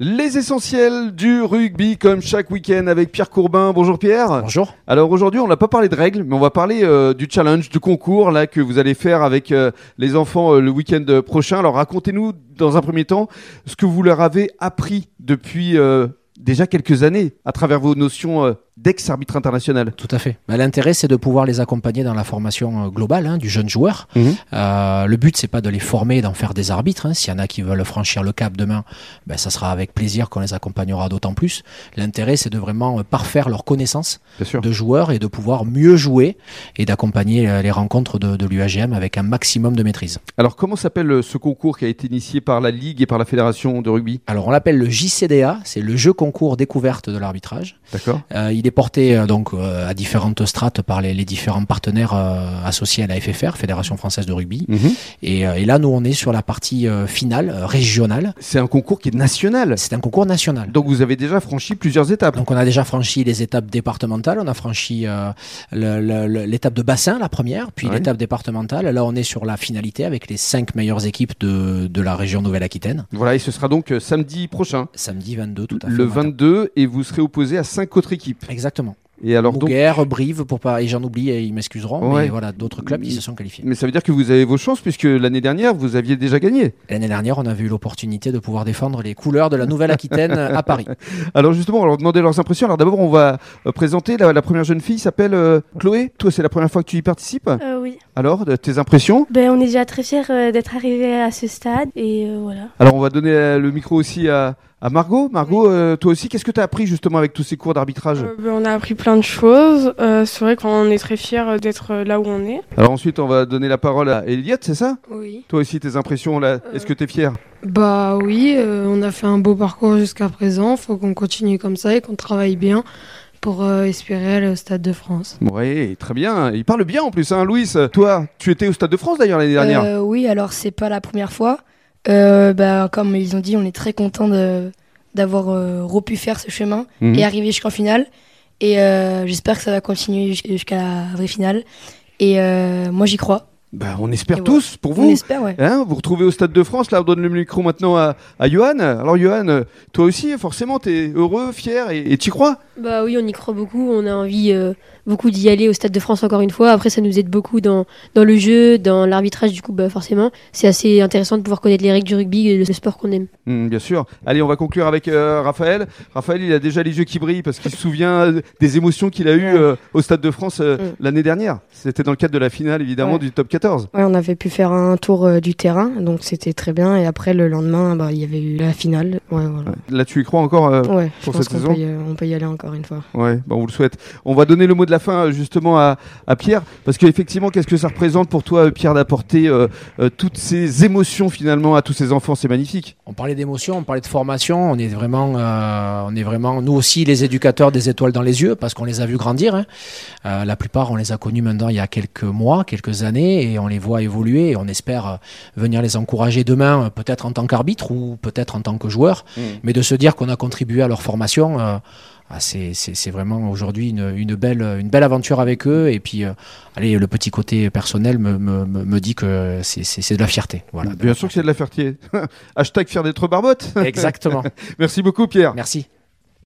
Les essentiels du rugby, comme chaque week-end, avec Pierre Courbin. Bonjour Pierre. Bonjour. Alors aujourd'hui, on n'a pas parlé de règles, mais on va parler euh, du challenge, du concours là que vous allez faire avec euh, les enfants euh, le week-end prochain. Alors racontez-nous dans un premier temps ce que vous leur avez appris depuis euh, déjà quelques années à travers vos notions euh, d'ex-arbitre international. Tout à fait. Bah, L'intérêt, c'est de pouvoir les accompagner dans la formation euh, globale hein, du jeune joueur. Mhm. Euh, le but, c'est pas de les former, d'en faire des arbitres. hein. S'il y en a qui veulent franchir le cap demain, ben, ça sera avec plaisir qu'on les accompagnera d'autant plus. L'intérêt, c'est de vraiment euh, parfaire leur connaissance Bien sûr. de joueurs et de pouvoir mieux jouer et d'accompagner euh, les rencontres de, de l'UAGM avec un maximum de maîtrise. Alors comment s'appelle euh, ce concours qui a été initié par la Ligue et par la Fédération de rugby Alors, on l'appelle le JCDA, c'est le jeu concours découverte de l'arbitrage. D'accord. Euh, il est porté euh, donc euh, à différentes strates par les, les différents partenaires euh, associés à la FFR, Fédération française de rugby. Mhm. Et, euh, et là, nous, on est sur la partie euh, finale, euh, régionale. C'est un concours qui est national. C'est un concours national. Donc vous avez déjà franchi plusieurs étapes. Donc on a déjà franchi les étapes départementales, on a franchi euh, le- le- le- l'étape de bassin, la première, puis Ouais. l'étape départementale. Là on est sur la finalité avec les cinq meilleures équipes de, de la région Nouvelle-Aquitaine. Voilà, et ce sera donc euh, samedi prochain, Samedi 22 tout à fait. le au matin. 22, et vous serez opposé à cinq autres équipes. Exactement. Et alors donc, Mouguer, Brive, pour pas, et j'en oublie et ils m'excuseront, Ouais. mais voilà, d'autres clubs qui se sont qualifiés. mais ça veut dire que vous avez vos chances puisque l'année dernière vous aviez déjà gagné. L'année dernière, on avait eu l'opportunité de pouvoir défendre les couleurs de la Nouvelle-Aquitaine à Paris. Alors justement, on leur demander leurs impressions. Alors d'abord, on va euh, présenter la, la première jeune fille. S'appelle euh, Chloé. Toi, c'est la première fois que tu y participes. Euh, oui, Alors de- tes impressions. ben, on est déjà très fiers euh, d'être arrivés à ce stade et euh, voilà. Alors on va donner euh, le micro aussi à, à Margot. Margot, euh, toi aussi, qu'est-ce que tu as appris justement avec tous ces cours d'arbitrage Euh, ben, on a appris plein de choses. Euh, c'est vrai qu'on est très fiers euh, d'être euh, là où on est. Alors ensuite, on va donner la parole à Elliot, c'est ça Oui. Toi aussi, tes impressions là. Est-ce que tu es fière Bah oui, euh, on a fait un beau parcours jusqu'à présent. Faut qu'on continue comme ça et qu'on travaille bien pour euh, espérer aller au Stade de France. Oui, très bien. Il parle bien en plus, hein, Louis. Toi, tu étais au Stade de France d'ailleurs l'année dernière. Euh, oui, alors c'est pas la première fois. Euh, bah, comme ils ont dit, on est très content de- d'avoir euh, repu faire ce chemin Mhm. Euh, et arriver jusqu'en finale. Et euh, j'espère que ça va continuer jus- jusqu'à la vraie finale. Et euh, moi, j'y crois. Bah, on espère Et voilà. tous pour On vous. espère, ouais. Hein, vous retrouvez au Stade de France. Là, on donne le micro maintenant à, à Johan. Alors, Johan, euh, toi aussi, forcément, t'es heureux, fier et et t'y crois. Bah oui, on y croit beaucoup. On a envie euh, beaucoup d'y aller au Stade de France encore une fois. Après, ça nous aide beaucoup dans, dans le jeu, dans l'arbitrage. Du coup, bah forcément, c'est assez intéressant de pouvoir connaître les règles du rugby et le sport qu'on aime. Hmm, bien sûr. Allez, on va conclure avec euh, Raphaël. Raphaël, il a déjà les yeux qui brillent parce qu'il se souvient euh, des émotions qu'il a eues euh, au Stade de France euh, Mm. l'année dernière. C'était dans le cadre de la finale, évidemment, Ouais. du top 14. Ouais, on avait pu faire un tour euh, du terrain, donc c'était très bien. Et après, le lendemain, bah, il y avait eu la finale. Ouais, voilà. Là, tu y crois encore euh, Ouais, je Pour pense cette qu'on saison peut, y- euh, on peut y aller encore une fois. Ouais, bah on vous le souhaite. On va donner le mot de la fin euh, justement à, à Pierre, parce qu'effectivement, qu'est-ce que ça représente pour toi, euh, Pierre, d'apporter euh, euh, toutes ces émotions finalement à tous ces enfants C'est magnifique. On parlait d'émotion, on parlait de formation. On est vraiment, euh, on est vraiment, nous aussi, les éducateurs des étoiles dans les yeux, parce qu'on les a vus grandir. hein. Euh, la plupart, on les a connus maintenant il y a quelques mois, quelques années, et on les voit évoluer. Et on espère euh, venir les encourager demain, euh, peut-être en tant qu'arbitre ou peut-être en tant que joueur, Mm. mais de se dire qu'on a contribué à leur formation. euh, ah, c'est- c'est c'est vraiment aujourd'hui une, une belle, une belle aventure avec eux. Et puis, euh, allez, le petit côté personnel me, me, me- me dit que c'est- c'est c'est de la fierté. Voilà. Bien sûr que c'est de la fierté. Hashtag fier d'être barbotte. Exactement. Merci beaucoup, Pierre. Merci.